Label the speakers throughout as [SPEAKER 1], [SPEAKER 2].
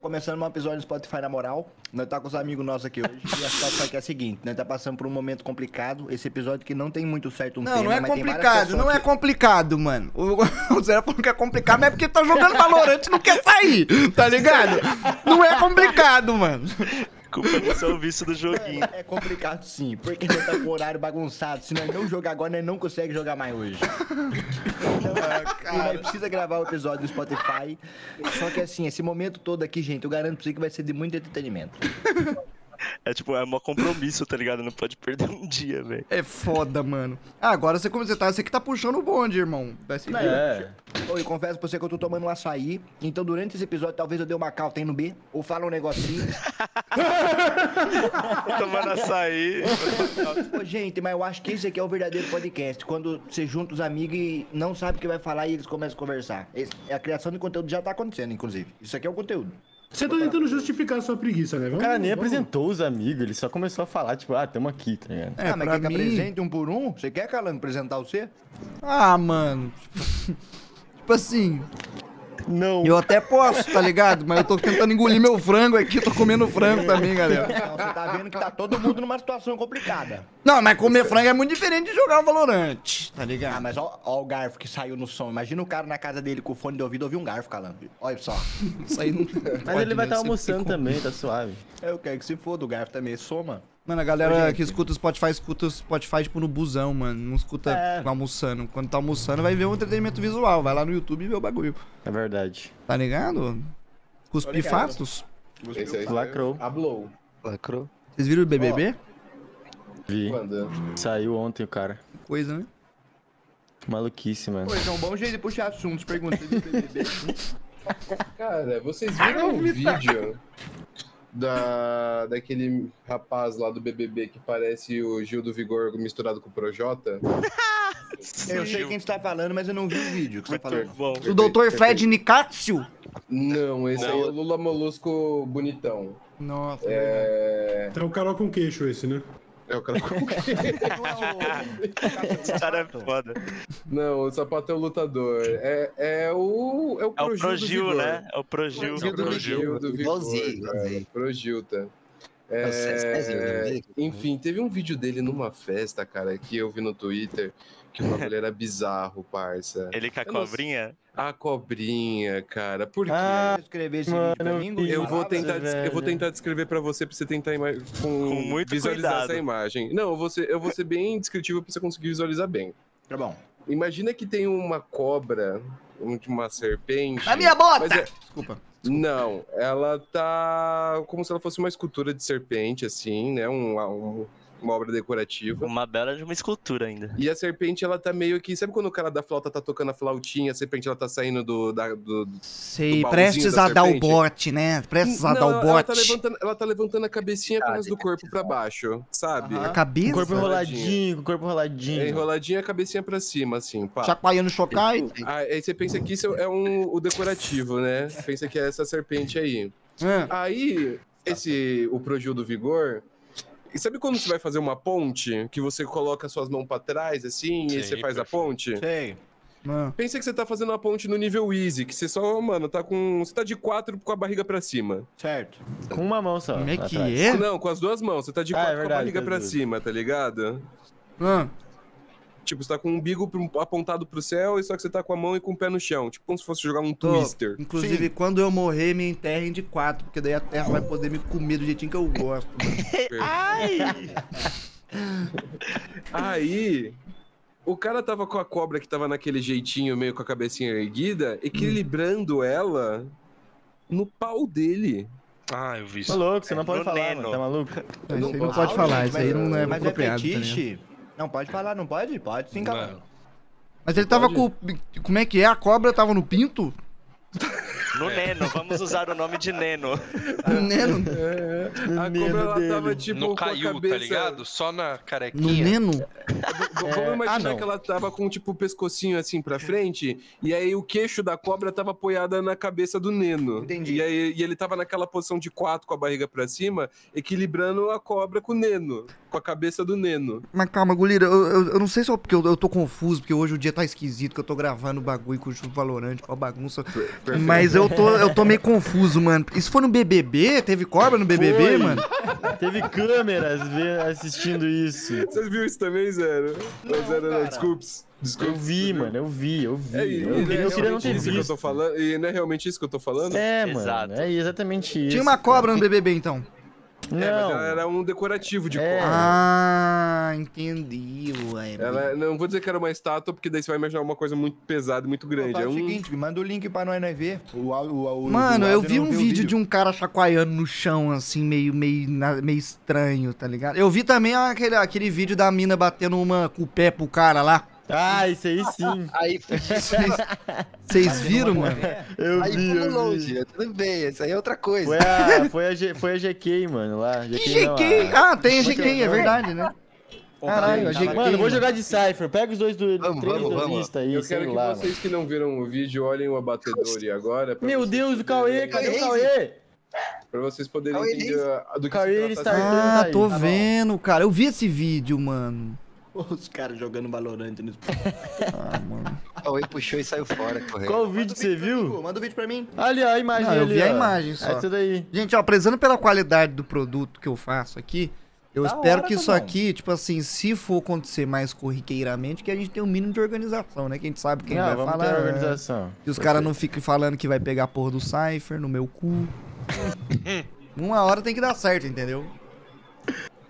[SPEAKER 1] começando um episódio do Spotify na moral. Nós tá com os amigos nossos aqui hoje. E a situação aqui é a seguinte: nós tá passando por um momento complicado. Esse episódio que não tem muito certo um
[SPEAKER 2] Não,
[SPEAKER 1] tema.
[SPEAKER 2] não é
[SPEAKER 1] mas tem várias
[SPEAKER 2] complicado,
[SPEAKER 1] pessoas
[SPEAKER 2] não é
[SPEAKER 1] que-
[SPEAKER 2] complicado, mano. O, o Zé falou que é complicado, mas é porque tá jogando Valorant e não quer sair, tá ligado? Não é complicado, mano.
[SPEAKER 3] Culpa do seu vício do joguinho.
[SPEAKER 1] É complicado sim, porque nós tá com o horário bagunçado. Se nós não jogar agora, nós não consegue jogar mais hoje.
[SPEAKER 2] Ah,
[SPEAKER 1] E nós precisa gravar o episódio do Spotify. Só que assim, esse momento todo aqui, gente, eu garanto pra você que vai ser de muito entretenimento.
[SPEAKER 3] É tipo, é mó compromisso, tá ligado? Não pode perder um dia, velho.
[SPEAKER 2] É foda, mano. Ah, agora você como você tá, você que tá puxando o bonde, irmão. Vai se fuder.
[SPEAKER 4] É.
[SPEAKER 1] Ô, Eu confesso pra você que eu tô tomando um açaí, então durante esse episódio talvez eu dê uma calta aí no B, ou falo um negocinho.
[SPEAKER 3] Tomando açaí.
[SPEAKER 1] Ô, gente, mas eu acho que esse aqui é o verdadeiro podcast, quando você junta os amigos e não sabe o que vai falar e eles começam a conversar. Esse- a criação de conteúdo já tá acontecendo, inclusive. Isso aqui é o conteúdo.
[SPEAKER 5] Você tá tentando justificar a sua preguiça, né?
[SPEAKER 4] O
[SPEAKER 5] Vamos-
[SPEAKER 2] Hum,
[SPEAKER 4] cara nem é
[SPEAKER 5] vamos-
[SPEAKER 4] apresentou os amigos, ele só começou a falar, tipo, ah, tamo aqui, tá ligado?
[SPEAKER 2] É,
[SPEAKER 1] ah, mas
[SPEAKER 2] pra
[SPEAKER 1] quer que
[SPEAKER 2] mim-
[SPEAKER 1] apresente um por um? Você quer, Calando, apresentar você?
[SPEAKER 2] Ah, mano. Tipo assim,
[SPEAKER 4] Não.
[SPEAKER 2] eu até posso, tá ligado? Mas eu tô tentando engolir meu frango aqui, tô comendo frango também, galera.
[SPEAKER 1] Não, você tá vendo que tá todo mundo numa situação complicada.
[SPEAKER 2] Não, mas comer frango é muito diferente de jogar um Valorant, tá
[SPEAKER 1] Ah,
[SPEAKER 2] ligado?
[SPEAKER 1] mas ó, ó o garfo que saiu no som. Imagina o cara na casa dele com o fone de ouvido ouvir um garfo, Calando. Olha só.
[SPEAKER 2] Isso aí não Mas
[SPEAKER 4] Mas ele vai estar almoçando também, tá suave.
[SPEAKER 1] É, Eu quero que se foda, o garfo também soma.
[SPEAKER 2] Mano, a galera que escuta o Spotify, escuta o Spotify, tipo, no busão, mano. Não escuta
[SPEAKER 4] É.
[SPEAKER 2] almoçando. Quando tá almoçando, vai ver um entretenimento visual. Vai lá no YouTube e vê o bagulho.
[SPEAKER 4] É verdade.
[SPEAKER 2] Tá ligado? Cuspir fatos.
[SPEAKER 6] Esse aí
[SPEAKER 4] Lacrou.
[SPEAKER 6] Ablou.
[SPEAKER 3] Lacrou.
[SPEAKER 2] Vocês viram o BBB?
[SPEAKER 4] Vi.
[SPEAKER 6] Manda.
[SPEAKER 4] Saiu ontem o cara.
[SPEAKER 2] Coisa, né?
[SPEAKER 4] Maluquice, mano.
[SPEAKER 1] Pô, esse é um bom jeito de puxar assuntos, perguntas de BBB.
[SPEAKER 6] Cara, vocês viram o vídeo da, daquele rapaz lá do BBB que parece o Gil do Vigor misturado com o Projota?
[SPEAKER 1] Eu sei quem você tá falando, mas eu não vi o vídeo que você tá
[SPEAKER 3] Muito
[SPEAKER 1] falando.
[SPEAKER 3] bom.
[SPEAKER 2] O Dr. Fred Nicásio.
[SPEAKER 6] Não, esse aí é o Lula Molusco bonitão.
[SPEAKER 2] Nossa.
[SPEAKER 6] É.
[SPEAKER 5] É o Carol com queixo esse, né?
[SPEAKER 6] É o cara com...
[SPEAKER 3] Esse cara é foda.
[SPEAKER 6] Não, o sapato é o lutador. É, é o. É o,
[SPEAKER 3] É o
[SPEAKER 6] Pro Gil do
[SPEAKER 3] Progil,
[SPEAKER 6] Vigor.
[SPEAKER 3] né? É o Progil.
[SPEAKER 6] É o Progil do Vigor.
[SPEAKER 7] Igualzinho,
[SPEAKER 6] cara.
[SPEAKER 7] igualzinho. Tá
[SPEAKER 6] Progilta.
[SPEAKER 7] o Cezinho,
[SPEAKER 6] É,
[SPEAKER 7] né?
[SPEAKER 6] Enfim, teve um vídeo dele numa festa, cara, que eu vi no Twitter, que o bagulho era bizarro, parça.
[SPEAKER 3] Ele com a
[SPEAKER 6] Eu não sei.
[SPEAKER 3] cobrinha.
[SPEAKER 6] A cobrinha, cara, por quê?
[SPEAKER 4] Ah,
[SPEAKER 1] Eu escrever esse
[SPEAKER 4] Mano,
[SPEAKER 1] vídeo domingo.
[SPEAKER 4] eu
[SPEAKER 6] eu vou
[SPEAKER 4] palavras,
[SPEAKER 6] tentar, des- eu vou
[SPEAKER 4] velho.
[SPEAKER 6] tentar descrever pra você, pra você tentar ima- com,
[SPEAKER 3] Com muito
[SPEAKER 6] visualizar
[SPEAKER 3] cuidado.
[SPEAKER 6] essa imagem. Não, eu vou, ser, eu vou ser bem descritivo pra você conseguir visualizar bem.
[SPEAKER 1] Tá bom.
[SPEAKER 6] Imagina que tem uma cobra, um- uma serpente.
[SPEAKER 2] A minha bota!
[SPEAKER 6] Mas é-
[SPEAKER 2] Desculpa.
[SPEAKER 6] Não, ela tá como se ela fosse uma escultura de serpente, assim, né? Um- um- uma obra decorativa.
[SPEAKER 3] Uma bela de uma escultura ainda.
[SPEAKER 6] E a serpente, ela tá meio que. Sabe quando o cara da flauta tá tocando a flautinha, a serpente ela tá saindo do. Da, do...
[SPEAKER 2] Sei,
[SPEAKER 6] Do baúzinho
[SPEAKER 2] prestes
[SPEAKER 6] da
[SPEAKER 2] a dar o
[SPEAKER 6] serpente?
[SPEAKER 2] bote, né? Prestes a
[SPEAKER 6] Não,
[SPEAKER 2] dar
[SPEAKER 6] ela-
[SPEAKER 2] o
[SPEAKER 6] ela tá
[SPEAKER 2] bote.
[SPEAKER 6] levantando, ela tá levantando a cabecinha apenas do corpo pra baixo, sabe?
[SPEAKER 2] A
[SPEAKER 4] Com o corpo
[SPEAKER 2] cabeça?
[SPEAKER 4] enroladinho, com o corpo
[SPEAKER 6] É,
[SPEAKER 4] enroladinho.
[SPEAKER 6] enroladinha a cabecinha pra cima, assim, pá.
[SPEAKER 2] Chacoalhando chocai.
[SPEAKER 6] Ah, aí você pensa que isso é um, o decorativo, né? Pensa que é essa serpente aí.
[SPEAKER 2] Ah,
[SPEAKER 6] Aí, esse, o Progil do Vigor. E sabe quando você vai fazer uma ponte? Que você coloca suas mãos pra trás, assim, e
[SPEAKER 3] Sei,
[SPEAKER 6] você faz a
[SPEAKER 3] perfeito.
[SPEAKER 6] ponte?
[SPEAKER 1] Sei.
[SPEAKER 2] ah.
[SPEAKER 6] Pensa que você tá fazendo uma ponte no nível easy, que você só, mano, tá com. Você tá de quatro com a barriga pra cima.
[SPEAKER 1] Certo.
[SPEAKER 4] Com uma mão só. Ah, tá.
[SPEAKER 2] Como é que
[SPEAKER 4] atrás.
[SPEAKER 2] é?
[SPEAKER 6] Não, com as duas mãos, você tá de
[SPEAKER 4] Ah, é
[SPEAKER 6] quatro com a
[SPEAKER 4] verdade,
[SPEAKER 6] barriga
[SPEAKER 4] com as
[SPEAKER 6] pra
[SPEAKER 4] duas.
[SPEAKER 6] cima, tá ligado?
[SPEAKER 2] Ah.
[SPEAKER 6] Tipo, você tá com o umbigo pro- apontado pro céu, e só que você tá com a mão e com o pé no chão. Tipo, como se fosse jogar um
[SPEAKER 2] Tô.
[SPEAKER 6] twister.
[SPEAKER 2] Inclusive, quando eu morrer, me enterrem de quatro, porque daí a terra vai poder me comer do jeitinho que eu gosto.
[SPEAKER 6] Aí. O cara tava com a cobra que tava naquele jeitinho, meio com a cabecinha erguida, equilibrando ela no pau dele.
[SPEAKER 3] Ah, eu vi
[SPEAKER 4] Ô Tá louco, você não pode
[SPEAKER 3] No
[SPEAKER 4] falar,
[SPEAKER 3] neno.
[SPEAKER 4] mano. Tá maluco?
[SPEAKER 2] Não, É, isso aí não
[SPEAKER 6] posso.
[SPEAKER 2] pode
[SPEAKER 1] Ah,
[SPEAKER 2] falar,
[SPEAKER 1] gente,
[SPEAKER 2] isso aí
[SPEAKER 1] mas-
[SPEAKER 2] não é
[SPEAKER 1] mas
[SPEAKER 2] apropriado. tá ligado?
[SPEAKER 1] fetiche? não, pode falar, não pode? Pode sim, Então calando.
[SPEAKER 2] mas ele tava com. o- Como é que é? A cobra tava no pinto?
[SPEAKER 3] No
[SPEAKER 4] É.
[SPEAKER 3] Neno, vamos usar o nome de Neno.
[SPEAKER 2] No neno?
[SPEAKER 6] A
[SPEAKER 4] É. Medo
[SPEAKER 6] cobra ela
[SPEAKER 4] dele.
[SPEAKER 6] tava tipo.
[SPEAKER 8] não
[SPEAKER 6] com a
[SPEAKER 8] caiu,
[SPEAKER 6] cabeça...
[SPEAKER 8] tá ligado? Só na
[SPEAKER 2] No
[SPEAKER 8] carequinha.
[SPEAKER 2] neno?
[SPEAKER 6] V-
[SPEAKER 4] É,
[SPEAKER 6] Vamos
[SPEAKER 4] ah,
[SPEAKER 6] imaginar
[SPEAKER 4] não.
[SPEAKER 6] que ela tava com tipo o pescocinho assim pra frente, e aí o queixo da cobra tava apoiada na cabeça do Neno.
[SPEAKER 1] Entendi.
[SPEAKER 6] E aí e ele tava naquela posição de quatro com a barriga pra cima, equilibrando a cobra com o Neno, com a cabeça do Neno.
[SPEAKER 2] Mas calma, Gulira, eu, eu, eu não sei se é porque eu, eu tô confuso, porque hoje o dia tá esquisito, que eu tô gravando o bagulho com o Valorante, com a bagunça. Mas eu tô, eu tô meio confuso, mano. Isso foi no BBB? Teve cobra no BBB,
[SPEAKER 4] Foi.
[SPEAKER 2] mano?
[SPEAKER 4] Teve câmeras vê- assistindo isso.
[SPEAKER 6] Vocês viram isso também, Zero? Não, Zero, não,
[SPEAKER 1] cara.
[SPEAKER 6] desculpes. Desculpes.
[SPEAKER 4] Eu vi, mano, eu vi, eu vi.
[SPEAKER 6] É,
[SPEAKER 4] eu,
[SPEAKER 6] e, e não
[SPEAKER 4] queria-
[SPEAKER 6] é
[SPEAKER 4] eu queria não
[SPEAKER 6] realmente
[SPEAKER 4] ter
[SPEAKER 6] isso que eu
[SPEAKER 4] visto.
[SPEAKER 6] tô falando. E não é realmente isso que eu tô falando?
[SPEAKER 4] É, mano,
[SPEAKER 3] Exato.
[SPEAKER 4] é exatamente isso.
[SPEAKER 2] Tinha uma cobra no BBB, então.
[SPEAKER 4] Não,
[SPEAKER 6] É, mas ela era um decorativo de
[SPEAKER 4] É.
[SPEAKER 6] cor.
[SPEAKER 2] Ah, entendi, ué.
[SPEAKER 6] Ela, não vou dizer que era uma estátua, porque daí você vai imaginar uma coisa muito pesada e muito grande.
[SPEAKER 1] Faz
[SPEAKER 6] É
[SPEAKER 1] o
[SPEAKER 6] um...
[SPEAKER 1] seguinte, manda o link pra nós, nós ver. O, au- o, au- o,
[SPEAKER 2] Mano, eu
[SPEAKER 1] áudio
[SPEAKER 2] vi
[SPEAKER 1] não
[SPEAKER 2] um
[SPEAKER 1] vê o
[SPEAKER 2] vídeo de um cara chacoalhando no chão, assim, meio, meio, na- meio estranho, tá ligado? Eu vi também aquele, aquele vídeo da mina batendo uma com o pé pro cara lá.
[SPEAKER 4] Ah, isso aí sim.
[SPEAKER 7] Aí fugiu.
[SPEAKER 2] Vocês viram, mano?
[SPEAKER 4] Eu
[SPEAKER 7] Aí
[SPEAKER 4] vi,
[SPEAKER 7] fomos
[SPEAKER 4] eu vi.
[SPEAKER 7] longe. Tudo bem, essa aí é outra coisa.
[SPEAKER 4] Foi a, foi, a, G- foi a GK, mano, lá.
[SPEAKER 2] Que
[SPEAKER 4] não,
[SPEAKER 2] GK?
[SPEAKER 4] a-
[SPEAKER 2] Ah, tem a GK, é verdade, né? Caralho, a GK.
[SPEAKER 4] Mano, eu vou jogar de Cypher. Pega os dois do,
[SPEAKER 7] Vamos,
[SPEAKER 4] três
[SPEAKER 7] vamos,
[SPEAKER 4] da
[SPEAKER 7] vamos.
[SPEAKER 4] lista aí,
[SPEAKER 6] Eu
[SPEAKER 4] sei
[SPEAKER 6] quero que
[SPEAKER 4] lá.
[SPEAKER 6] vocês que não viram o vídeo olhem o abatedor agora. pra
[SPEAKER 4] mano. Meu
[SPEAKER 6] vocês
[SPEAKER 4] Deus, o Cauê,
[SPEAKER 6] poderem-
[SPEAKER 4] cadê o
[SPEAKER 7] Cauê?
[SPEAKER 4] Cauê?
[SPEAKER 6] Pra vocês poderem
[SPEAKER 7] Cauê
[SPEAKER 6] entender a- do que
[SPEAKER 4] Cauê,
[SPEAKER 6] se
[SPEAKER 4] ele
[SPEAKER 6] trata.
[SPEAKER 4] está-
[SPEAKER 2] Ah,
[SPEAKER 4] Tá
[SPEAKER 2] tô
[SPEAKER 4] bom.
[SPEAKER 2] vendo, cara. Eu vi esse vídeo, mano.
[SPEAKER 1] Os caras jogando Valorant nisso.
[SPEAKER 2] Ah, mano.
[SPEAKER 7] O Cauê puxou e saiu fora, correndo.
[SPEAKER 4] Qual o vídeo que você viu?
[SPEAKER 1] Manda o vídeo pra mim.
[SPEAKER 4] Ali, ó, a imagem
[SPEAKER 2] Não, eu
[SPEAKER 4] ali,
[SPEAKER 2] vi a
[SPEAKER 4] ó.
[SPEAKER 2] imagem só.
[SPEAKER 4] Essa daí.
[SPEAKER 2] Gente, ó, prezando pela qualidade do produto que eu faço aqui, eu
[SPEAKER 4] Da
[SPEAKER 2] espero
[SPEAKER 4] hora,
[SPEAKER 2] que isso
[SPEAKER 4] Tomão.
[SPEAKER 2] aqui, tipo assim, se for acontecer mais corriqueiramente, que a gente tenha um mínimo de organização, né? Que a gente sabe quem
[SPEAKER 4] não,
[SPEAKER 2] vai
[SPEAKER 4] vamos
[SPEAKER 2] falar.
[SPEAKER 4] ter a
[SPEAKER 2] né?
[SPEAKER 4] organização.
[SPEAKER 2] Que os caras não fiquem falando que vai pegar a porra do Cypher no meu cu. Uma hora tem que dar certo, entendeu?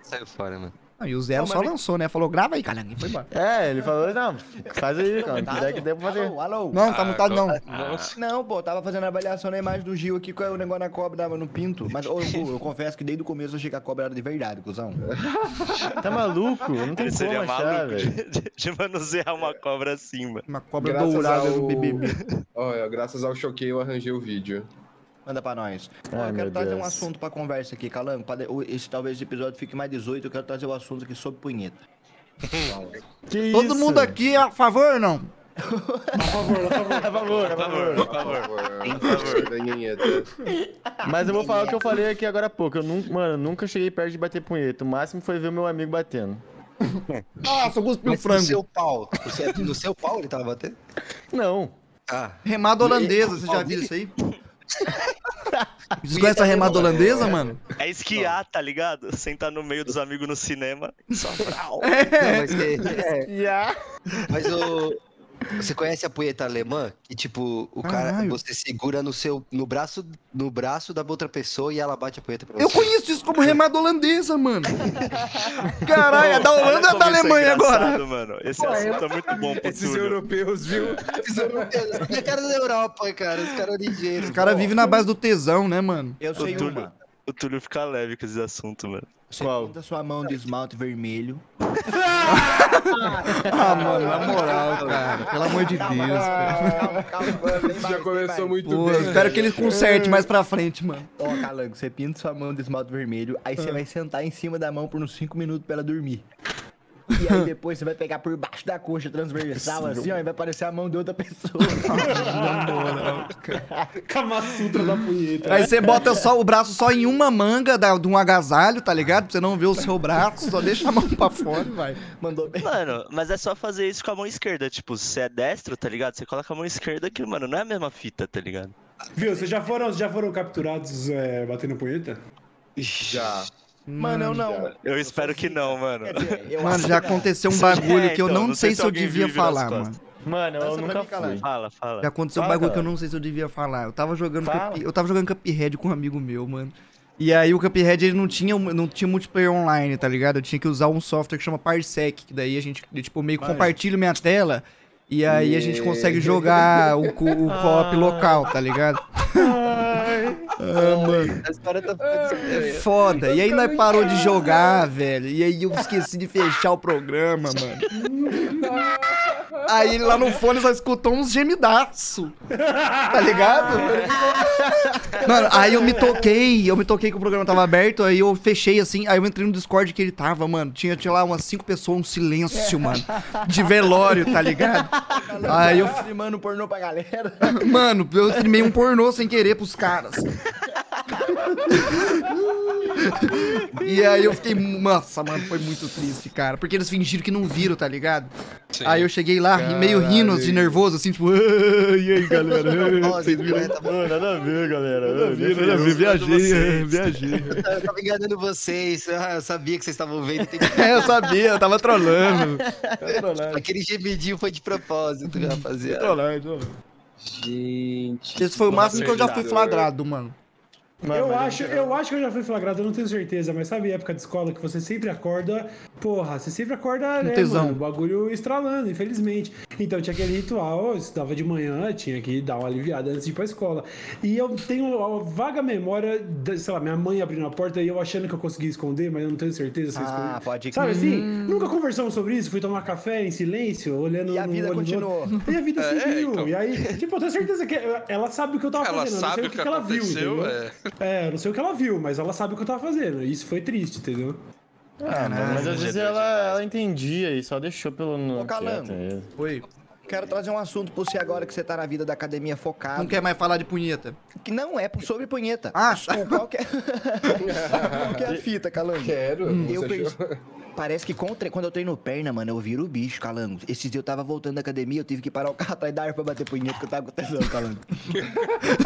[SPEAKER 7] Saiu fora, mano.
[SPEAKER 2] Ah, e o Zero só lançou, né? Falou, grava aí, caralho. Foi embora.
[SPEAKER 4] É, ele falou, não, faz aí, cara.
[SPEAKER 1] Tá
[SPEAKER 4] Se der que der pra fazer.
[SPEAKER 1] Alô, alô.
[SPEAKER 2] Não, tá mutado não.
[SPEAKER 3] Nossa.
[SPEAKER 1] Não, pô, tava fazendo a avaliação na imagem do Gil aqui, qual é o negócio na cobra, dava no pinto. Mas, ô, Gu, eu confesso que desde o começo eu achei que a cobra era de verdade, cuzão.
[SPEAKER 4] Tá maluco? Não tem
[SPEAKER 3] Ele
[SPEAKER 4] como
[SPEAKER 3] seria
[SPEAKER 4] achar,
[SPEAKER 3] maluco
[SPEAKER 4] velho.
[SPEAKER 3] de, de manusear uma cobra assim, mano.
[SPEAKER 2] Uma cobra
[SPEAKER 6] Graças
[SPEAKER 2] dourada
[SPEAKER 6] ao-
[SPEAKER 2] no BBB.
[SPEAKER 6] Olha, graças ao choquei eu arranjei o vídeo.
[SPEAKER 1] Manda pra nós. Ó,
[SPEAKER 4] Ai,
[SPEAKER 1] eu
[SPEAKER 4] meu
[SPEAKER 1] quero trazer um
[SPEAKER 4] Deus.
[SPEAKER 1] assunto pra conversa aqui, Calango. pra de- o- Esse, talvez esse episódio fique mais 18, eu quero trazer o assunto aqui sobre punheta.
[SPEAKER 4] Que isso?
[SPEAKER 2] Todo mundo aqui é a favor ou não?
[SPEAKER 4] A favor, a favor.
[SPEAKER 3] Por favor.
[SPEAKER 6] Por favor, ganhanheta.
[SPEAKER 4] Mas eu vou falar o que eu falei aqui agora há pouco. Eu nunca, mano, eu nunca cheguei perto de bater punheta. O máximo foi ver meu amigo batendo.
[SPEAKER 2] Nossa, eu cuspei o
[SPEAKER 7] Mas no
[SPEAKER 2] frango.
[SPEAKER 7] seu pau. Você- No seu pau ele tava batendo?
[SPEAKER 4] Não.
[SPEAKER 7] Ah,
[SPEAKER 2] Remada holandesa, você já viu isso aí? Vocês conhecem a remada holandesa, mano?
[SPEAKER 3] É esquiar, tá ligado? Sentar no meio dos amigos no cinema. Só brau.
[SPEAKER 7] não, mas, você- é,
[SPEAKER 4] E a...
[SPEAKER 7] mas o... Você conhece a punheta alemã? Que tipo, o cara,
[SPEAKER 2] Caralho.
[SPEAKER 7] você segura no seu, no braço, no braço da outra pessoa e ela bate a punheta pra você.
[SPEAKER 2] Eu conheço isso como remada holandesa, mano. Caralho, é da Holanda ou é da Alemanha agora?
[SPEAKER 3] Mano. Esse assunto é muito bom pro
[SPEAKER 6] Esses
[SPEAKER 3] Túlio.
[SPEAKER 6] europeus, viu?
[SPEAKER 7] Os caras da Europa, cara. Os caras ligeiros.
[SPEAKER 2] Os caras vivem na base do tesão, né, mano?
[SPEAKER 1] Eu sei
[SPEAKER 3] Túlio.
[SPEAKER 1] uma.
[SPEAKER 3] O Túlio fica leve com esses assuntos, mano.
[SPEAKER 1] Você
[SPEAKER 4] Qual?
[SPEAKER 1] pinta sua mão de esmalte vermelho.
[SPEAKER 2] Ah, mano, na moral, cara. Pelo amor de Deus, cara.
[SPEAKER 1] Calma, calma, mano, tem
[SPEAKER 6] Já
[SPEAKER 1] mais,
[SPEAKER 6] começou
[SPEAKER 1] tem mais.
[SPEAKER 6] muito
[SPEAKER 2] Pô, eu
[SPEAKER 6] bem. né?
[SPEAKER 2] espero que ele conserte mais pra frente, mano.
[SPEAKER 1] Ó, Calango, você pinta sua mão de esmalte vermelho, aí
[SPEAKER 4] Ah.
[SPEAKER 1] você vai sentar em cima da mão por uns 5 minutos pra ela dormir. E aí depois você vai pegar por baixo da coxa transversal, assim, ó, e vai aparecer a mão de outra pessoa.
[SPEAKER 5] Camassutra da punheta.
[SPEAKER 2] Aí você bota só o braço só em uma manga da, de um agasalho, tá ligado? Pra você não ver o seu braço, só deixa a mão pra fora e vai.
[SPEAKER 1] Mandou bem.
[SPEAKER 3] Mano, mas é só fazer isso com a mão esquerda. Tipo, se é destro, tá ligado? Você coloca a mão esquerda que, mano, não é a mesma fita, tá ligado?
[SPEAKER 5] Viu, vocês já foram, já foram capturados é, batendo punheta?
[SPEAKER 6] Já.
[SPEAKER 1] Mano, eu não.
[SPEAKER 3] Eu espero que não, mano.
[SPEAKER 1] Quer dizer, eu
[SPEAKER 2] Mano, já aconteceu um bagulho que eu não sei se eu
[SPEAKER 3] alguém
[SPEAKER 2] devia
[SPEAKER 3] vive nas
[SPEAKER 2] falar,
[SPEAKER 3] costas.
[SPEAKER 2] mano.
[SPEAKER 4] Mano, eu
[SPEAKER 1] Dança pra
[SPEAKER 4] nunca
[SPEAKER 1] mim, caralho.
[SPEAKER 4] fui.
[SPEAKER 3] Fala, fala.
[SPEAKER 2] Já aconteceu um
[SPEAKER 4] Fala,
[SPEAKER 2] bagulho que eu
[SPEAKER 4] cara.
[SPEAKER 2] não sei se eu devia falar. Eu tava jogando,
[SPEAKER 4] Fala.
[SPEAKER 2] Cup- eu tava jogando Cuphead com um amigo meu, mano. E aí o Cuphead ele não tinha, um, não tinha multiplayer online, tá ligado? Eu tinha que usar um software que chama Parsec, que daí a gente, eu, tipo, meio que compartilho minha tela e aí a gente consegue jogar o, co- o co-op
[SPEAKER 4] Ah.
[SPEAKER 2] local, tá ligado? ah, mano.
[SPEAKER 7] A história tá ficando.
[SPEAKER 2] É foda. E aí nós parou de jogar, velho. E aí eu esqueci de fechar o programa, mano. Aí ele lá no fone só escutou uns gemidaço. Tá ligado? Mano, aí eu me toquei, eu me toquei que o programa tava aberto, aí eu fechei assim, aí eu entrei no Discord que ele tava, mano. Tinha, tinha lá umas cinco pessoas, um silêncio, mano. De velório, tá ligado? Aí eu
[SPEAKER 1] eu... Mano, Tá pornô pra galera.
[SPEAKER 2] Mano, eu streamei um pornô sem querer pros caras. e aí eu fiquei. Nossa, mano, foi muito triste, cara. Porque eles fingiram que não viram, tá ligado?
[SPEAKER 8] Sim.
[SPEAKER 2] Aí eu cheguei lá, ri- meio rindo, de
[SPEAKER 6] Caralho.
[SPEAKER 2] nervoso, assim, tipo, "Ah, e aí, galera?
[SPEAKER 7] Nossa,
[SPEAKER 2] Vocês viram?
[SPEAKER 7] eu tava-
[SPEAKER 4] Mano, nada a ver, galera.
[SPEAKER 2] Nada a ver, nada a ver, Viajei, viajei.
[SPEAKER 7] eu tava enganando vocês. Ah, eu sabia que vocês estavam vendo. Tem-
[SPEAKER 2] É, eu sabia, eu tava trolando.
[SPEAKER 7] Aquele gemidinho foi de propósito, rapaziada.
[SPEAKER 2] Trolando, trolando.
[SPEAKER 6] Gente.
[SPEAKER 2] Esse foi o máximo que eu já fui
[SPEAKER 6] Senhor.
[SPEAKER 2] flagrado, mano.
[SPEAKER 5] eu, acho, eu acho que eu já fui flagrado, eu não tenho certeza, mas sabe a época de escola que você sempre acorda, porra, você sempre acorda, né,
[SPEAKER 2] tesão.
[SPEAKER 5] mano, o bagulho estralando, infelizmente. Então tinha aquele ritual, eu estudava de manhã, tinha que dar uma aliviada antes de ir pra escola. E eu tenho uma vaga memória, da, sei lá, minha mãe abrindo a porta e eu achando que eu consegui esconder, mas eu não tenho certeza se eu escondi.
[SPEAKER 1] Ah, pode
[SPEAKER 5] Sabe assim?
[SPEAKER 8] Hum.
[SPEAKER 5] Nunca conversamos sobre isso, fui tomar café em silêncio, olhando
[SPEAKER 1] E a
[SPEAKER 5] no
[SPEAKER 1] vida
[SPEAKER 5] olho do
[SPEAKER 1] continuou.
[SPEAKER 5] outro. E a vida
[SPEAKER 8] É,
[SPEAKER 5] seguiu.
[SPEAKER 8] então.
[SPEAKER 5] E aí, tipo, eu tenho certeza que ela sabe o que eu tava
[SPEAKER 8] Ela
[SPEAKER 5] fazendo, eu não
[SPEAKER 8] sabe
[SPEAKER 5] sei
[SPEAKER 8] o que,
[SPEAKER 5] ela viu,
[SPEAKER 8] aconteceu,
[SPEAKER 5] entendeu?
[SPEAKER 8] é.
[SPEAKER 5] É, eu não sei o que ela viu, mas ela sabe o que eu tava fazendo. Isso foi triste, entendeu?
[SPEAKER 4] Mas às vezes
[SPEAKER 3] Dia dois
[SPEAKER 4] ela,
[SPEAKER 3] de março.
[SPEAKER 4] ela entendia e só deixou pelo.
[SPEAKER 1] Tô calando.
[SPEAKER 2] Oi.
[SPEAKER 1] Quero trazer um assunto pra você agora que você tá na vida da academia focado.
[SPEAKER 2] Não quer mais falar de punheta.
[SPEAKER 1] Que não é por- sobre punheta.
[SPEAKER 2] Ah,
[SPEAKER 1] Sabe qual que é, Sabe qual que é a fita, Calango? Hum.
[SPEAKER 6] Quero.
[SPEAKER 1] Eu
[SPEAKER 6] você
[SPEAKER 1] penso-
[SPEAKER 6] achou?
[SPEAKER 1] Parece que com o tre- quando eu treino perna, mano, eu viro o bicho, Calango. Esses dias eu tava voltando da academia, eu tive que parar o carro atrás da árvore pra bater punheta, porque eu tava com tesão, Calango.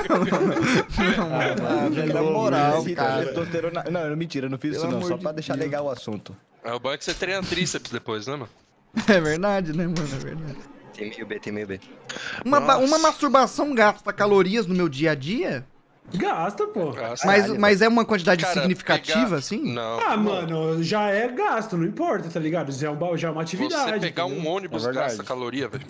[SPEAKER 4] É.
[SPEAKER 1] ah, velho,
[SPEAKER 2] na moral,
[SPEAKER 1] esse
[SPEAKER 2] cara.
[SPEAKER 1] testosterona- Não, não, mentira, eu não fiz isso
[SPEAKER 2] Pelo
[SPEAKER 1] não,
[SPEAKER 2] amor
[SPEAKER 1] só
[SPEAKER 2] de
[SPEAKER 1] pra deixar legal o assunto.
[SPEAKER 8] É o bom é que você treina tríceps depois, né, mano?
[SPEAKER 2] É verdade, né, mano? É verdade.
[SPEAKER 7] Tem meio B, tem meio B.
[SPEAKER 2] Uma, ba-
[SPEAKER 8] Nossa.
[SPEAKER 2] uma masturbação gasta calorias no meu dia a dia,
[SPEAKER 5] Gasta, pô.
[SPEAKER 8] Nossa.
[SPEAKER 2] mas, mas é uma quantidade
[SPEAKER 8] Cara,
[SPEAKER 2] significativa,
[SPEAKER 8] pegar-
[SPEAKER 2] assim?
[SPEAKER 8] Não.
[SPEAKER 6] é
[SPEAKER 5] Ah, mano, já é gasto, não importa, tá ligado? Já é, um, ba- já é uma atividade.
[SPEAKER 8] Você pegar um
[SPEAKER 5] entendeu?
[SPEAKER 8] ônibus
[SPEAKER 4] É verdade.
[SPEAKER 8] gasta caloria, velho.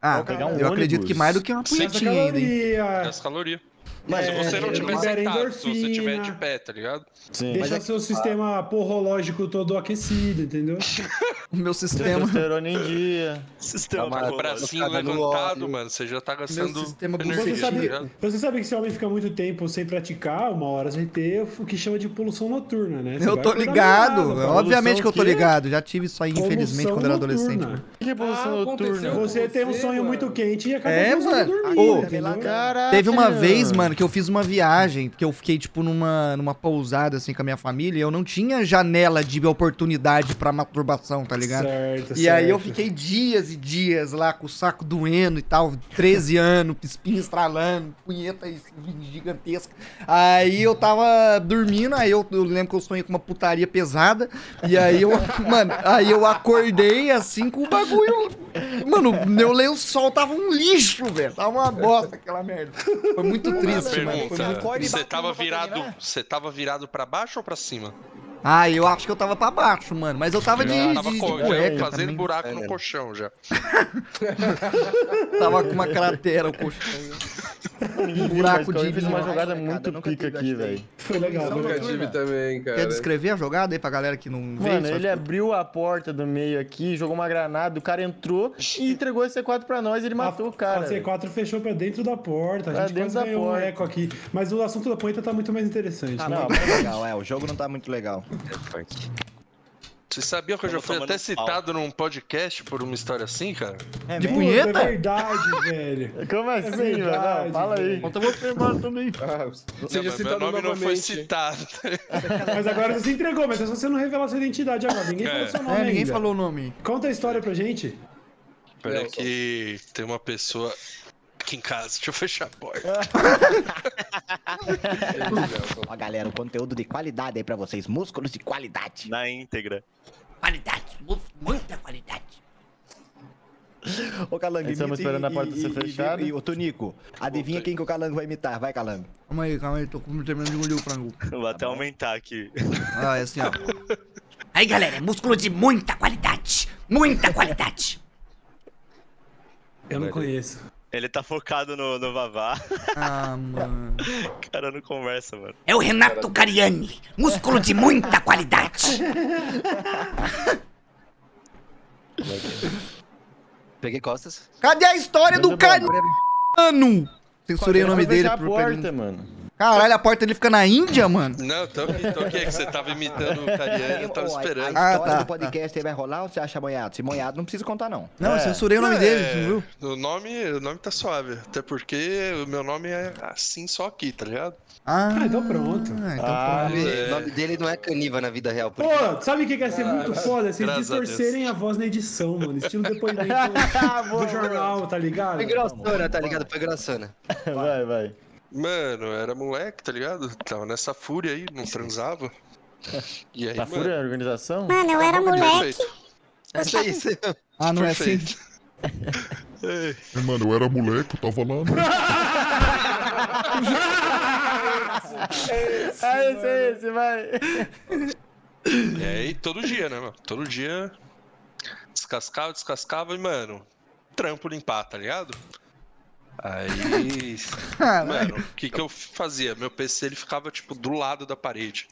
[SPEAKER 2] Ah,
[SPEAKER 4] pegar um
[SPEAKER 2] eu acredito
[SPEAKER 4] ônibus.
[SPEAKER 2] que mais do que uma
[SPEAKER 8] Sim.
[SPEAKER 5] Gasta
[SPEAKER 2] punhetinha ainda, hein?
[SPEAKER 5] caloria,
[SPEAKER 8] Gasta caloria.
[SPEAKER 5] Mas
[SPEAKER 8] se você não
[SPEAKER 5] é,
[SPEAKER 8] tiver
[SPEAKER 5] libera
[SPEAKER 8] sentado, se você tiver de
[SPEAKER 5] endorfina.
[SPEAKER 8] pé, tá ligado?
[SPEAKER 4] Sim.
[SPEAKER 1] é
[SPEAKER 5] deixa seu sistema porrológico todo aquecido, entendeu?
[SPEAKER 2] O meu sistema,
[SPEAKER 4] Testosterona em dia.
[SPEAKER 3] Sistema.
[SPEAKER 7] Tá
[SPEAKER 8] O bracinho
[SPEAKER 7] colocado no
[SPEAKER 8] assim, levantado,
[SPEAKER 7] óleo.
[SPEAKER 8] mano, você já tá gastando
[SPEAKER 2] meu sistema
[SPEAKER 8] energia,
[SPEAKER 5] Você
[SPEAKER 8] tá
[SPEAKER 5] sabe,
[SPEAKER 8] ligado?
[SPEAKER 5] você sabe que se o homem fica muito tempo sem praticar, uma hora sem ter, o que chama de poluição noturna, né? Você
[SPEAKER 2] Eu
[SPEAKER 5] vai
[SPEAKER 2] tô
[SPEAKER 5] acordar
[SPEAKER 2] ligado,
[SPEAKER 5] meio nada, pô.
[SPEAKER 2] obviamente que eu tô
[SPEAKER 4] o quê?
[SPEAKER 2] ligado. Já tive isso aí,
[SPEAKER 5] Poluição
[SPEAKER 2] infelizmente, quando era
[SPEAKER 5] noturna.
[SPEAKER 2] adolescente.
[SPEAKER 4] Que evolução
[SPEAKER 9] Ah,
[SPEAKER 4] noturna.
[SPEAKER 9] aconteceu.
[SPEAKER 5] Você tem um
[SPEAKER 9] Você,
[SPEAKER 5] sonho
[SPEAKER 9] mano.
[SPEAKER 5] muito quente e acaba
[SPEAKER 2] É,
[SPEAKER 5] não
[SPEAKER 2] mano.
[SPEAKER 5] dormir,
[SPEAKER 2] Ô,
[SPEAKER 5] entendeu?
[SPEAKER 4] Caraca.
[SPEAKER 2] Teve uma vez, mano, que eu fiz uma viagem, porque eu fiquei, tipo, numa, numa pousada, assim, com a minha família, e eu não tinha janela de oportunidade pra masturbação, tá ligado?
[SPEAKER 5] Certo,
[SPEAKER 2] E aí eu
[SPEAKER 5] certo.
[SPEAKER 2] fiquei dias e dias lá com o saco doendo e tal, 13 anos, espinha estralando, punheta gigantesca. Aí eu tava dormindo, aí eu, eu lembro que eu sonhei com uma putaria pesada. E aí eu, mano, aí eu acordei assim com o bagulho. Mano, meu lençol tava um lixo, velho. Tava uma bosta aquela merda. Foi muito triste, mano. Foi muito...
[SPEAKER 8] Pergunta,
[SPEAKER 1] Acorde e
[SPEAKER 8] você
[SPEAKER 1] bate
[SPEAKER 8] tava
[SPEAKER 1] uma pra
[SPEAKER 8] virado,
[SPEAKER 2] né?
[SPEAKER 1] terminar.
[SPEAKER 8] você tava virado pra baixo ou pra cima?
[SPEAKER 2] Ah, eu acho que eu tava pra baixo, mano. Mas eu tava de,
[SPEAKER 8] Eu
[SPEAKER 2] de,
[SPEAKER 8] tava
[SPEAKER 2] de
[SPEAKER 8] co- já
[SPEAKER 2] cueca
[SPEAKER 8] fazendo
[SPEAKER 2] também. É.
[SPEAKER 8] buraco no colchão já.
[SPEAKER 2] Tava com uma cratera, o colchão.
[SPEAKER 4] um
[SPEAKER 2] buraco de
[SPEAKER 4] fez uma
[SPEAKER 2] vinho.
[SPEAKER 4] jogada
[SPEAKER 1] Ai,
[SPEAKER 4] muito
[SPEAKER 1] cara, nunca
[SPEAKER 4] pica
[SPEAKER 1] tive,
[SPEAKER 4] aqui,
[SPEAKER 1] gostei.
[SPEAKER 4] velho.
[SPEAKER 5] Foi legal, foi
[SPEAKER 6] Nunca
[SPEAKER 5] legal.
[SPEAKER 6] tive também, cara.
[SPEAKER 2] Quer descrever a jogada aí pra galera que não veio?
[SPEAKER 4] Mano,
[SPEAKER 2] só
[SPEAKER 4] ele é abriu a porta do meio aqui, jogou uma granada, o cara entrou e entregou a C4 pra nós
[SPEAKER 5] Ah,
[SPEAKER 4] e ele matou o cara.
[SPEAKER 5] A
[SPEAKER 4] velho.
[SPEAKER 5] C4 fechou pra dentro da porta.
[SPEAKER 4] Pra
[SPEAKER 5] A gente
[SPEAKER 4] dentro
[SPEAKER 5] quase
[SPEAKER 4] da
[SPEAKER 5] ganhou um
[SPEAKER 4] porta.
[SPEAKER 5] eco aqui. Mas o assunto da punheta tá muito mais interessante.
[SPEAKER 1] Tá
[SPEAKER 5] né?
[SPEAKER 4] Ah, Não,
[SPEAKER 1] muito legal, é, o jogo não tá muito legal.
[SPEAKER 8] Você sabia que eu já
[SPEAKER 3] Tava
[SPEAKER 8] fui
[SPEAKER 3] tomando
[SPEAKER 8] até
[SPEAKER 3] pau.
[SPEAKER 8] citado num podcast por uma história assim, cara?
[SPEAKER 1] É
[SPEAKER 2] De
[SPEAKER 1] mesmo?
[SPEAKER 5] Puta,
[SPEAKER 4] né?
[SPEAKER 2] punheta?
[SPEAKER 5] É verdade, velho.
[SPEAKER 4] Como assim,
[SPEAKER 5] verdade,
[SPEAKER 4] mano? Não, Fala aí.
[SPEAKER 5] velho.
[SPEAKER 6] Ah, seja
[SPEAKER 8] Não, mas
[SPEAKER 6] citado
[SPEAKER 8] meu nome não foi
[SPEAKER 6] novamente.
[SPEAKER 8] citado.
[SPEAKER 5] Mas agora você se entregou, mas é só você não revelar sua identidade agora. Ninguém falou seu nome
[SPEAKER 2] É, ninguém
[SPEAKER 5] ainda.
[SPEAKER 2] falou o nome.
[SPEAKER 5] Conta a história pra gente.
[SPEAKER 8] Pera
[SPEAKER 6] Não,
[SPEAKER 8] é que tem uma pessoa aqui em casa, deixa eu fechar a porta.
[SPEAKER 1] Ó, galera, o conteúdo de qualidade aí pra vocês, músculos de qualidade.
[SPEAKER 3] Na íntegra.
[SPEAKER 2] Qualidade, um muita qualidade.
[SPEAKER 1] Ô, Calango, imita
[SPEAKER 4] Estamos
[SPEAKER 1] e-
[SPEAKER 4] esperando a porta
[SPEAKER 1] e-
[SPEAKER 4] ser
[SPEAKER 1] e- e-
[SPEAKER 4] fechada.
[SPEAKER 1] E, ô, Tonico, adivinha quem que o Calango vai imitar, vai, Calango.
[SPEAKER 2] Calma aí, calma aí, tô com- terminando de engolir o frango.
[SPEAKER 3] Vou até aumentar aqui.
[SPEAKER 2] Ah, é assim, ó. Aí, galera, é músculo de muita qualidade. Muita qualidade.
[SPEAKER 5] Eu não conheço.
[SPEAKER 3] Ele tá focado no, no Vavá.
[SPEAKER 2] Ah, mano.
[SPEAKER 3] O cara não conversa, mano.
[SPEAKER 2] É o Renato Cariani. Músculo de muita qualidade.
[SPEAKER 7] Peguei costas.
[SPEAKER 2] Cadê a história do
[SPEAKER 4] Muito bom.
[SPEAKER 2] Cariano? Censurei o nome
[SPEAKER 4] Foi
[SPEAKER 2] dele
[SPEAKER 4] fechar a
[SPEAKER 2] pro pra mim.
[SPEAKER 4] porta, mano.
[SPEAKER 2] Caralho, a porta dele fica na Índia, mano.
[SPEAKER 8] Não, tô aqui, tô aqui. É que você tava imitando o Cariani, É, eu tava
[SPEAKER 1] Ó, a-
[SPEAKER 8] esperando.
[SPEAKER 1] A
[SPEAKER 2] Ah,
[SPEAKER 1] história
[SPEAKER 2] tá,
[SPEAKER 1] do podcast aí vai rolar ou você acha moiado? Se moiado, não precisa contar, não.
[SPEAKER 2] Não, eu censurei o nome
[SPEAKER 8] É,
[SPEAKER 2] dele, você não viu?
[SPEAKER 8] O nome, o nome tá suave. Até porque o meu nome é assim só aqui, tá ligado?
[SPEAKER 2] Ah,
[SPEAKER 5] então pronto.
[SPEAKER 2] Ah, então
[SPEAKER 4] Ah,
[SPEAKER 7] Ele-
[SPEAKER 8] é.
[SPEAKER 7] O nome dele não é Caniva na vida real. Por
[SPEAKER 5] Pô, sabe o que que ia ser muito foda? Se eles
[SPEAKER 8] Ah, graças a
[SPEAKER 5] distorcerem a, voz na edição, mano. Estilo depoimento do jornal, tá
[SPEAKER 8] É
[SPEAKER 5] ligado?
[SPEAKER 7] Foi grossona, tá ligado? Foi grossona.
[SPEAKER 4] Vai, vai.
[SPEAKER 8] Mano, eu era moleque, tá ligado? Tava nessa fúria aí, não transava. E aí,
[SPEAKER 4] Tá
[SPEAKER 8] mano,
[SPEAKER 4] fúria a organização?
[SPEAKER 9] Mano, eu era moleque.
[SPEAKER 8] perfeito.
[SPEAKER 7] É só isso.
[SPEAKER 2] Ah, não é assim?
[SPEAKER 8] perfeito. Ei,
[SPEAKER 10] Mano, eu era moleque, eu tava lá, né?
[SPEAKER 4] Ah, esse é esse, vai.
[SPEAKER 8] E
[SPEAKER 2] Uhum.
[SPEAKER 8] aí, todo dia, né, mano? Todo dia descascava, descascava e, mano, trampo limpar, tá ligado? Aí,
[SPEAKER 2] Caralho.
[SPEAKER 8] mano, o que que eu fazia? Meu PC ele ficava, tipo, do lado da parede.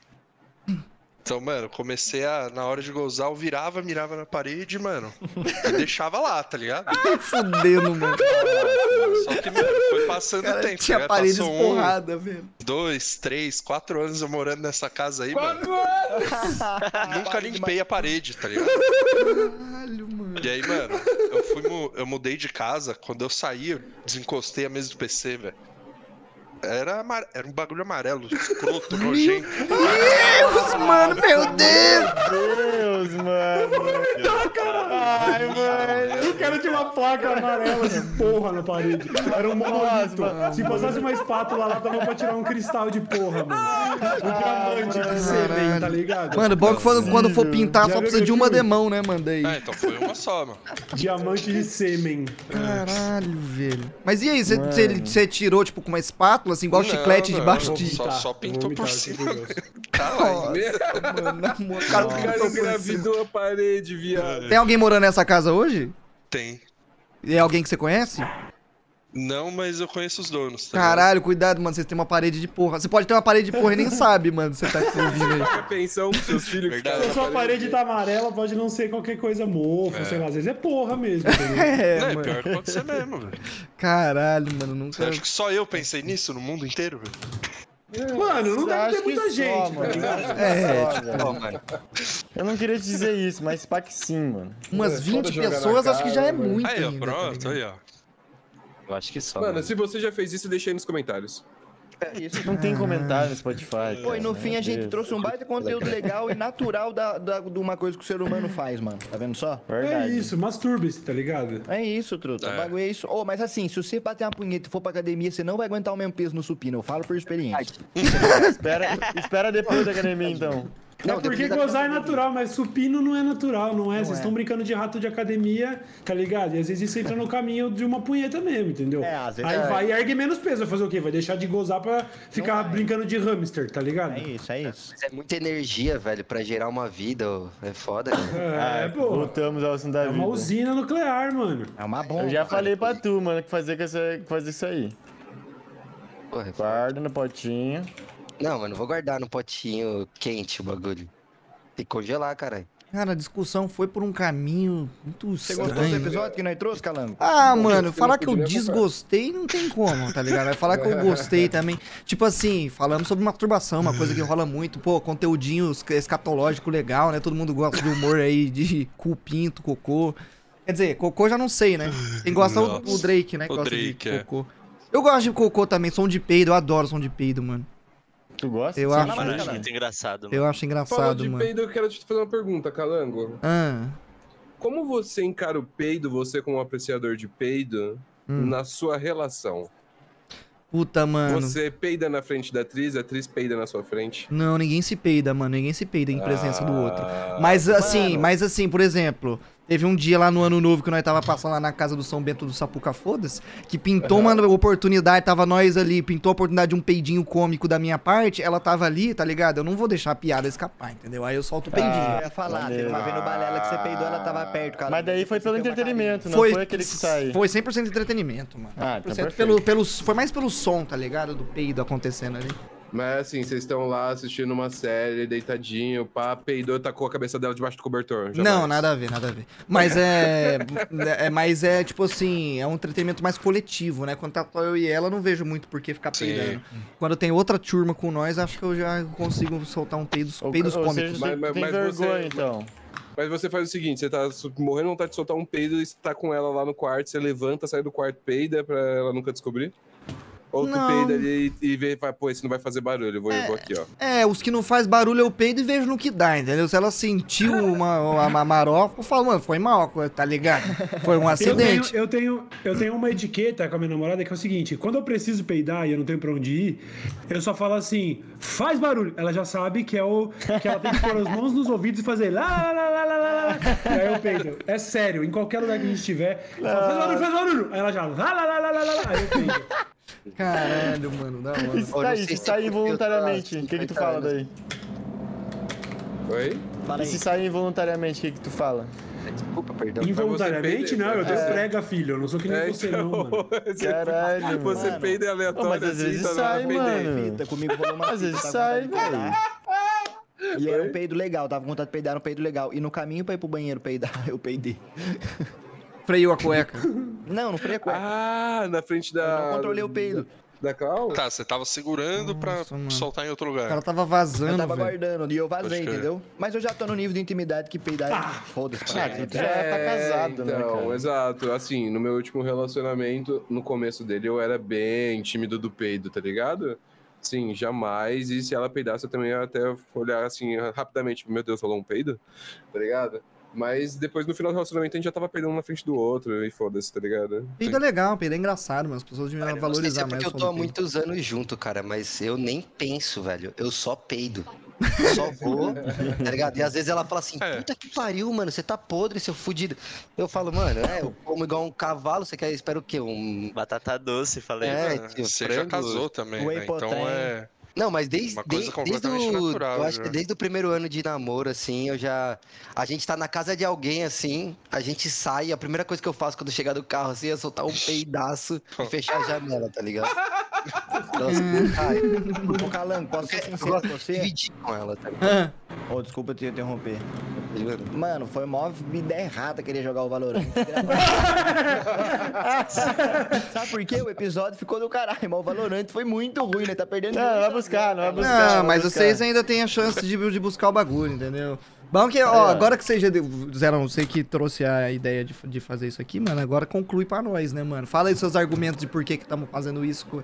[SPEAKER 8] Então, mano, eu comecei a, na hora de gozar, eu virava, mirava na parede, mano, e deixava lá, tá ligado?
[SPEAKER 2] fudendo, mano.
[SPEAKER 8] Só que, mano, foi passando o
[SPEAKER 2] Cara,
[SPEAKER 8] tempo, tá
[SPEAKER 2] tinha
[SPEAKER 8] ligado?
[SPEAKER 2] parede
[SPEAKER 8] Passou
[SPEAKER 2] esporrada, velho.
[SPEAKER 8] um, dois, três, quatro anos eu morando nessa casa aí, mano. Nunca limpei a parede, tá ligado?
[SPEAKER 2] Caralho, mano.
[SPEAKER 8] E aí, mano, eu fui mu- eu mudei de casa, quando eu saí, eu desencostei a mesa do PC, velho. Era, amar- era um bagulho amarelo, escroto, nojento.
[SPEAKER 2] Deus, mano, meu Deus!
[SPEAKER 4] Deus, mano. Ai, mano.
[SPEAKER 5] Eu quero de uma placa amarela de porra na parede. Era um monolito. Se passasse uma espátula lá, dava pra tirar um cristal de porra,
[SPEAKER 8] Ah,
[SPEAKER 5] mano. Um diamante de semente, tá ligado?
[SPEAKER 2] Mano, bom que quando, quando for pintar,
[SPEAKER 5] Já
[SPEAKER 2] só
[SPEAKER 5] viu
[SPEAKER 2] precisa de
[SPEAKER 5] meu
[SPEAKER 2] uma
[SPEAKER 5] filme?
[SPEAKER 2] demão, né, mano? Daí.
[SPEAKER 8] Ah, então foi uma só, mano.
[SPEAKER 5] Diamante de sêmen.
[SPEAKER 8] É.
[SPEAKER 2] Caralho, velho. Mas e aí, você- você você tirou, tipo, com uma espátula, assim, igual
[SPEAKER 8] Não,
[SPEAKER 2] chiclete
[SPEAKER 8] não,
[SPEAKER 2] debaixo
[SPEAKER 8] não,
[SPEAKER 2] de.
[SPEAKER 8] Só- só
[SPEAKER 5] tá. Vou
[SPEAKER 8] pintou
[SPEAKER 5] vomitar,
[SPEAKER 8] por
[SPEAKER 5] juro
[SPEAKER 8] cima.
[SPEAKER 5] Deus.
[SPEAKER 8] Tá lá,
[SPEAKER 2] Nossa, mano, na moral, o cara
[SPEAKER 6] O
[SPEAKER 2] pintou
[SPEAKER 6] cara
[SPEAKER 2] por cima.
[SPEAKER 6] engravidou a parede, viado.
[SPEAKER 2] Tem alguém morando nessa casa hoje?
[SPEAKER 8] tem.
[SPEAKER 2] É alguém que você conhece?
[SPEAKER 8] Não, mas eu conheço os donos. Tá ligado?
[SPEAKER 2] Caralho, cuidado, mano. Vocês têm uma parede de porra. Você pode ter uma parede de porra e nem sabe, mano. Você tá ouvindo aí.
[SPEAKER 6] Fica pensão pros seus filhos.
[SPEAKER 8] Verdade.
[SPEAKER 6] ficaram
[SPEAKER 5] Se a
[SPEAKER 6] na
[SPEAKER 5] sua parede tá amarela, pode não ser qualquer coisa mofa, sei lá. Às vezes é porra mesmo. entendeu?
[SPEAKER 2] É,
[SPEAKER 8] Não, é
[SPEAKER 2] mano.
[SPEAKER 8] pior que pode ser mesmo, velho.
[SPEAKER 2] Caralho, mano. Nunca.
[SPEAKER 8] Eu acho que só eu pensei nisso no mundo inteiro, velho.
[SPEAKER 5] Mano, não deve ter muita gente.
[SPEAKER 4] mano.
[SPEAKER 5] velho.
[SPEAKER 2] É, tipo,
[SPEAKER 7] Ó, mano.
[SPEAKER 4] Eu não queria te dizer isso, mas se pá que sim, mano.
[SPEAKER 2] umas
[SPEAKER 6] É,
[SPEAKER 2] 20
[SPEAKER 6] foda jogar na
[SPEAKER 2] pessoas acho
[SPEAKER 6] cara, né?
[SPEAKER 2] que já é
[SPEAKER 6] mano.
[SPEAKER 2] muito.
[SPEAKER 8] Aí, ó,
[SPEAKER 2] ainda, tá
[SPEAKER 8] pronto,
[SPEAKER 2] ligado?
[SPEAKER 8] aí, ó.
[SPEAKER 7] Eu acho que
[SPEAKER 5] tá-
[SPEAKER 7] só.
[SPEAKER 6] Mano, se você já fez isso, deixa aí nos comentários.
[SPEAKER 1] É isso.
[SPEAKER 4] Não tem comentário no Spotify.
[SPEAKER 1] Pô, e no
[SPEAKER 4] cara, né?
[SPEAKER 1] fim
[SPEAKER 4] É, meu
[SPEAKER 1] a gente
[SPEAKER 4] Deus.
[SPEAKER 1] trouxe um baita conteúdo
[SPEAKER 8] é
[SPEAKER 1] legal e natural da, da- de uma coisa que o ser humano faz, mano. Tá vendo só?
[SPEAKER 5] É
[SPEAKER 4] Verdade.
[SPEAKER 5] isso, masturbe-se, tá ligado?
[SPEAKER 1] É isso, truta.
[SPEAKER 8] É.
[SPEAKER 1] O bagulho é isso. Ô, mas assim, se você bater uma punheta e for pra academia, você não vai aguentar o mesmo peso no supino. Eu falo por experiência.
[SPEAKER 4] Espera, espera depois da academia, então.
[SPEAKER 5] é porque gozar é natural, mas supino não é natural, não é? Vocês estão brincando de rato de academia, tá ligado? E às vezes isso entra no caminho de uma punheta mesmo, entendeu?
[SPEAKER 1] É, às vezes
[SPEAKER 5] Aí
[SPEAKER 1] é.
[SPEAKER 5] vai e ergue menos peso, vai fazer o quê? Vai deixar de gozar pra ficar brincando de hamster, tá ligado?
[SPEAKER 1] É isso, é isso.
[SPEAKER 7] Mas é muita energia, velho, pra gerar uma vida. ô. É foda, cara.
[SPEAKER 5] É, pô.
[SPEAKER 4] Ah, Voltamos ao assunto da
[SPEAKER 5] É uma
[SPEAKER 4] vida.
[SPEAKER 5] usina nuclear, mano.
[SPEAKER 1] É uma bomba.
[SPEAKER 4] Eu já falei pra tu, mano, que fazer, com essa, que fazer isso aí.
[SPEAKER 7] Porra, é foda.
[SPEAKER 4] Guarda no potinho.
[SPEAKER 7] Não, mano, vou guardar no potinho quente o bagulho. Tem que congelar, caralho.
[SPEAKER 2] Cara, a discussão foi por um caminho muito
[SPEAKER 1] Você gostou do
[SPEAKER 2] estranho.
[SPEAKER 1] episódio que nós trouxe, Calango?
[SPEAKER 2] Ah, mano,
[SPEAKER 6] eu
[SPEAKER 2] falar
[SPEAKER 6] não
[SPEAKER 2] que eu
[SPEAKER 6] poderia comprar.
[SPEAKER 2] desgostei não tem como, tá ligado? Vai falar que eu gostei também. Tipo assim, falamos sobre masturbação, uma coisa que rola muito, pô, conteúdinho esc- escatológico legal, né? Todo mundo gosta de humor aí de cu, pinto, cocô. Quer dizer, cocô eu já não sei, né? Quem gosta é o, o
[SPEAKER 8] Nossa.
[SPEAKER 2] Drake, né? Que
[SPEAKER 8] O
[SPEAKER 2] gosta
[SPEAKER 8] Drake,
[SPEAKER 2] de
[SPEAKER 8] é.
[SPEAKER 2] cocô. Eu gosto de cocô também, som de peido, eu adoro som de peido, mano.
[SPEAKER 4] Tu gosta?
[SPEAKER 2] Eu
[SPEAKER 6] é
[SPEAKER 4] Sim.
[SPEAKER 2] acho,
[SPEAKER 1] Fala mais,
[SPEAKER 8] Mano, acho
[SPEAKER 1] Calango.
[SPEAKER 8] muito engraçado, mano.
[SPEAKER 2] eu acho
[SPEAKER 6] Falando
[SPEAKER 2] engraçado,
[SPEAKER 6] de
[SPEAKER 2] mano.
[SPEAKER 6] peido, eu quero te fazer uma pergunta, Calango.
[SPEAKER 2] Ah,
[SPEAKER 6] Como você encara o peido, você como um apreciador de peido,
[SPEAKER 2] Hum.
[SPEAKER 6] na sua relação?
[SPEAKER 2] puta, mano.
[SPEAKER 6] Você peida na frente da atriz, a atriz peida na sua frente.
[SPEAKER 2] Não, ninguém se peida, mano. Ninguém se peida em
[SPEAKER 8] Ah,
[SPEAKER 2] presença do outro.
[SPEAKER 6] Ah,
[SPEAKER 2] Mas assim, mas assim, por exemplo, teve um dia lá no ano novo que nós tava passando lá na casa do São Bento do Sapuca Fodas, que pintou uma oportunidade, tava nós ali, pintou a oportunidade de um peidinho cômico da minha parte, ela tava ali, tá ligado? Eu não vou deixar a piada escapar, entendeu? Aí eu solto o
[SPEAKER 4] Ah,
[SPEAKER 2] peidinho.
[SPEAKER 1] Eu ia falar,
[SPEAKER 4] maneiro.
[SPEAKER 1] teve uma vez no balela que você peidou, ela tava perto, Calango.
[SPEAKER 4] Mas daí foi pelo
[SPEAKER 1] Você tem uma
[SPEAKER 4] entretenimento, não
[SPEAKER 2] foi,
[SPEAKER 4] foi, aquele que sai.
[SPEAKER 2] foi 100% entretenimento, mano.
[SPEAKER 4] Ah, então
[SPEAKER 2] 100%
[SPEAKER 4] perfeito.
[SPEAKER 2] tá pelo, pelo, foi mais pelo som, tá ligado? Do peido acontecendo ali.
[SPEAKER 6] Mas assim, vocês estão lá assistindo uma série, deitadinho, pá, peidou, tacou a cabeça dela debaixo do cobertor. jamais.
[SPEAKER 2] Não, nada a ver, nada a ver. Mas é, é. Mas é tipo assim, é um entretenimento mais coletivo, né? Quando tá só eu e ela, eu não vejo muito por que ficar
[SPEAKER 8] Sim.
[SPEAKER 2] peidando. Quando tem outra turma com nós, acho que eu já consigo soltar um peido,
[SPEAKER 4] Ou-
[SPEAKER 2] peidos
[SPEAKER 4] ou
[SPEAKER 2] cômicos.
[SPEAKER 4] seja,
[SPEAKER 6] Mas-
[SPEAKER 4] você
[SPEAKER 6] mas-
[SPEAKER 4] tem
[SPEAKER 6] mas
[SPEAKER 4] vergonha,
[SPEAKER 6] você-
[SPEAKER 4] então.
[SPEAKER 6] Mas você faz o seguinte, você tá su- morrendo de vontade de soltar um peido e você tá com ela lá no quarto, você levanta, sai do quarto, peida pra ela nunca descobrir? Ou tu
[SPEAKER 2] Não.
[SPEAKER 6] peida ali e, e vê e fala, pô, esse não vai fazer barulho, eu vou, eu vou aqui, ó.
[SPEAKER 2] É, os que não faz barulho eu peido e vejo no que dá, entendeu? Se ela sentiu uma, uma, uma marofa, eu falo, mano, foi mal, tá ligado? Foi um
[SPEAKER 5] Eu tenho,
[SPEAKER 2] acidente.
[SPEAKER 5] eu, tenho, eu tenho uma etiqueta com a minha namorada que é o seguinte: quando eu preciso peidar e eu não tenho pra onde ir, eu só falo assim, faz barulho. Ela já sabe que é o que ela tem que pôr as mãos nos ouvidos e fazer lá, lá, lá, lá, lá, lá, lá. E aí eu peido. É sério, em qualquer lugar que a gente estiver, eu falo, faz barulho, faz barulho. Aí ela já lá, lá, lá, lá, lá, lá, lá. Aí eu peido.
[SPEAKER 2] Caralho, mano, da hora.
[SPEAKER 4] Isso tá
[SPEAKER 7] Olha, eu
[SPEAKER 4] aí,
[SPEAKER 7] sei
[SPEAKER 4] se
[SPEAKER 7] se
[SPEAKER 4] sair
[SPEAKER 7] eu tô-
[SPEAKER 4] voluntariamente, o que que tu
[SPEAKER 7] 50
[SPEAKER 4] fala
[SPEAKER 7] anos.
[SPEAKER 4] daí?
[SPEAKER 6] Oi?
[SPEAKER 1] Fala
[SPEAKER 4] E
[SPEAKER 1] aí.
[SPEAKER 4] se sair involuntariamente, o que que tu fala?
[SPEAKER 7] Desculpa, perdão.
[SPEAKER 5] Involuntariamente,
[SPEAKER 6] peider,
[SPEAKER 5] não, eu tenho
[SPEAKER 6] é.
[SPEAKER 5] prega, filho. Eu não sou que nem
[SPEAKER 6] É,
[SPEAKER 5] você,
[SPEAKER 6] então,
[SPEAKER 5] não, mano.
[SPEAKER 6] você-
[SPEAKER 4] Caralho,
[SPEAKER 6] Você
[SPEAKER 4] mano.
[SPEAKER 6] peida aleatório
[SPEAKER 4] Ô, mas às
[SPEAKER 6] assim,
[SPEAKER 4] vezes
[SPEAKER 6] tá na hora
[SPEAKER 4] sai,
[SPEAKER 6] de peidar.
[SPEAKER 4] mano.
[SPEAKER 1] Fita, comigo rolou uma
[SPEAKER 4] hum, Às vezes
[SPEAKER 1] fita, tava com
[SPEAKER 4] sai,
[SPEAKER 1] vontade de peidar. E era um peido legal, tava com vontade de peidar, era um peido legal. E no caminho pra ir pro banheiro peidar, eu peidei.
[SPEAKER 2] Freio a cueca.
[SPEAKER 1] Não, não fui a cueca.
[SPEAKER 6] Ah, na frente da...
[SPEAKER 1] não controlei o peido.
[SPEAKER 6] Da Clau?
[SPEAKER 8] Tá, você tava segurando
[SPEAKER 2] Nossa,
[SPEAKER 8] pra
[SPEAKER 2] mano.
[SPEAKER 8] soltar em outro
[SPEAKER 2] O
[SPEAKER 8] lugar.
[SPEAKER 2] cara tava
[SPEAKER 1] Eu
[SPEAKER 2] vazando,
[SPEAKER 1] tava
[SPEAKER 2] velho.
[SPEAKER 1] guardando e eu vazei,
[SPEAKER 8] Pode crer.
[SPEAKER 1] entendeu? Mas eu já tô no nível de intimidade que peidar. é Foda-se, pra
[SPEAKER 4] Ah,
[SPEAKER 1] mim.
[SPEAKER 4] tu já tá casado, né,
[SPEAKER 6] então,
[SPEAKER 4] cara?
[SPEAKER 6] exato. Assim, no meu último relacionamento, no começo dele, eu era bem tímido do peido, tá ligado? Sim, jamais. E se ela peidasse, eu também ia até olhar assim rapidamente, meu Deus, rolou um peido, tá ligado? Mas depois, no final do relacionamento, a gente já tava peidando um na frente do outro e foda-se, tá ligado?
[SPEAKER 2] Peido é legal, peido é engraçado, mas as pessoas deviam
[SPEAKER 7] Cara, eu não sei se é
[SPEAKER 2] valorizar mais
[SPEAKER 7] porque eu
[SPEAKER 2] o
[SPEAKER 7] tô há
[SPEAKER 2] som do peido.
[SPEAKER 7] muitos anos junto, cara, mas eu nem penso, velho. Eu só peido. Só vou, tá ligado? E às vezes ela fala assim,
[SPEAKER 8] É.
[SPEAKER 7] puta que pariu, mano, você tá podre, seu fudido. Eu falo, mano, é, eu como igual um cavalo, você quer, espera o quê? Um...
[SPEAKER 3] Batata doce, falei.
[SPEAKER 7] É,
[SPEAKER 3] mano,
[SPEAKER 7] tio,
[SPEAKER 8] você já
[SPEAKER 7] frango.
[SPEAKER 8] casou também,
[SPEAKER 1] Whey
[SPEAKER 8] né? Então
[SPEAKER 1] protein.
[SPEAKER 8] é.
[SPEAKER 7] Não, mas desde,
[SPEAKER 8] Uma coisa
[SPEAKER 7] de- desde
[SPEAKER 8] completamente
[SPEAKER 7] o,
[SPEAKER 8] natural, né?
[SPEAKER 7] eu acho que
[SPEAKER 8] já.
[SPEAKER 7] desde o primeiro ano de namoro, assim, eu já... A gente tá na casa de alguém, assim, a gente sai, a primeira coisa que eu faço quando chegar do carro, assim, é soltar um peidaço e fechar a janela, tá ligado? Nossa,
[SPEAKER 2] Hum,
[SPEAKER 7] ai,
[SPEAKER 1] Ô, Calango, posso ser
[SPEAKER 7] eu
[SPEAKER 1] sincero
[SPEAKER 7] gosto
[SPEAKER 1] com
[SPEAKER 7] de
[SPEAKER 1] você?
[SPEAKER 7] dividir com ela, tá ligado?
[SPEAKER 2] Ah,
[SPEAKER 1] Ô, desculpa te interromper.
[SPEAKER 7] Tá ligado?
[SPEAKER 1] Mano, foi mó ideia errada querer jogar o Valorant. Sabe por quê? O episódio ficou do caralho, mas o Valorant foi muito ruim, né? Tá perdendo
[SPEAKER 4] Não, não vai buscar, não vai buscar.
[SPEAKER 2] Não,
[SPEAKER 4] vou
[SPEAKER 2] mas
[SPEAKER 4] buscar.
[SPEAKER 2] vocês ainda têm a chance de, de buscar o bagulho, entendeu? Bom que, ó, agora que vocês já fizeram, não sei que trouxe a ideia de, de fazer isso aqui, mano, agora conclui pra nós, né, mano? Fala aí seus argumentos de por que que estamos fazendo isso. co-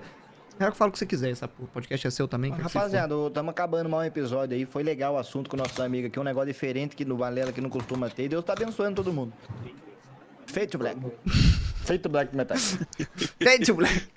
[SPEAKER 2] É que fala o que você quiser, essa porra. O podcast é seu também. quer que se
[SPEAKER 1] Rapaziada, estamos acabando mal o episódio aí. Foi legal o assunto com nossos amigos aqui. Um negócio diferente que no Valela que não costuma ter. Deus tá abençoando todo mundo. Feito, Black.
[SPEAKER 4] Feito Black Metal.
[SPEAKER 2] foda. Gente, moleque.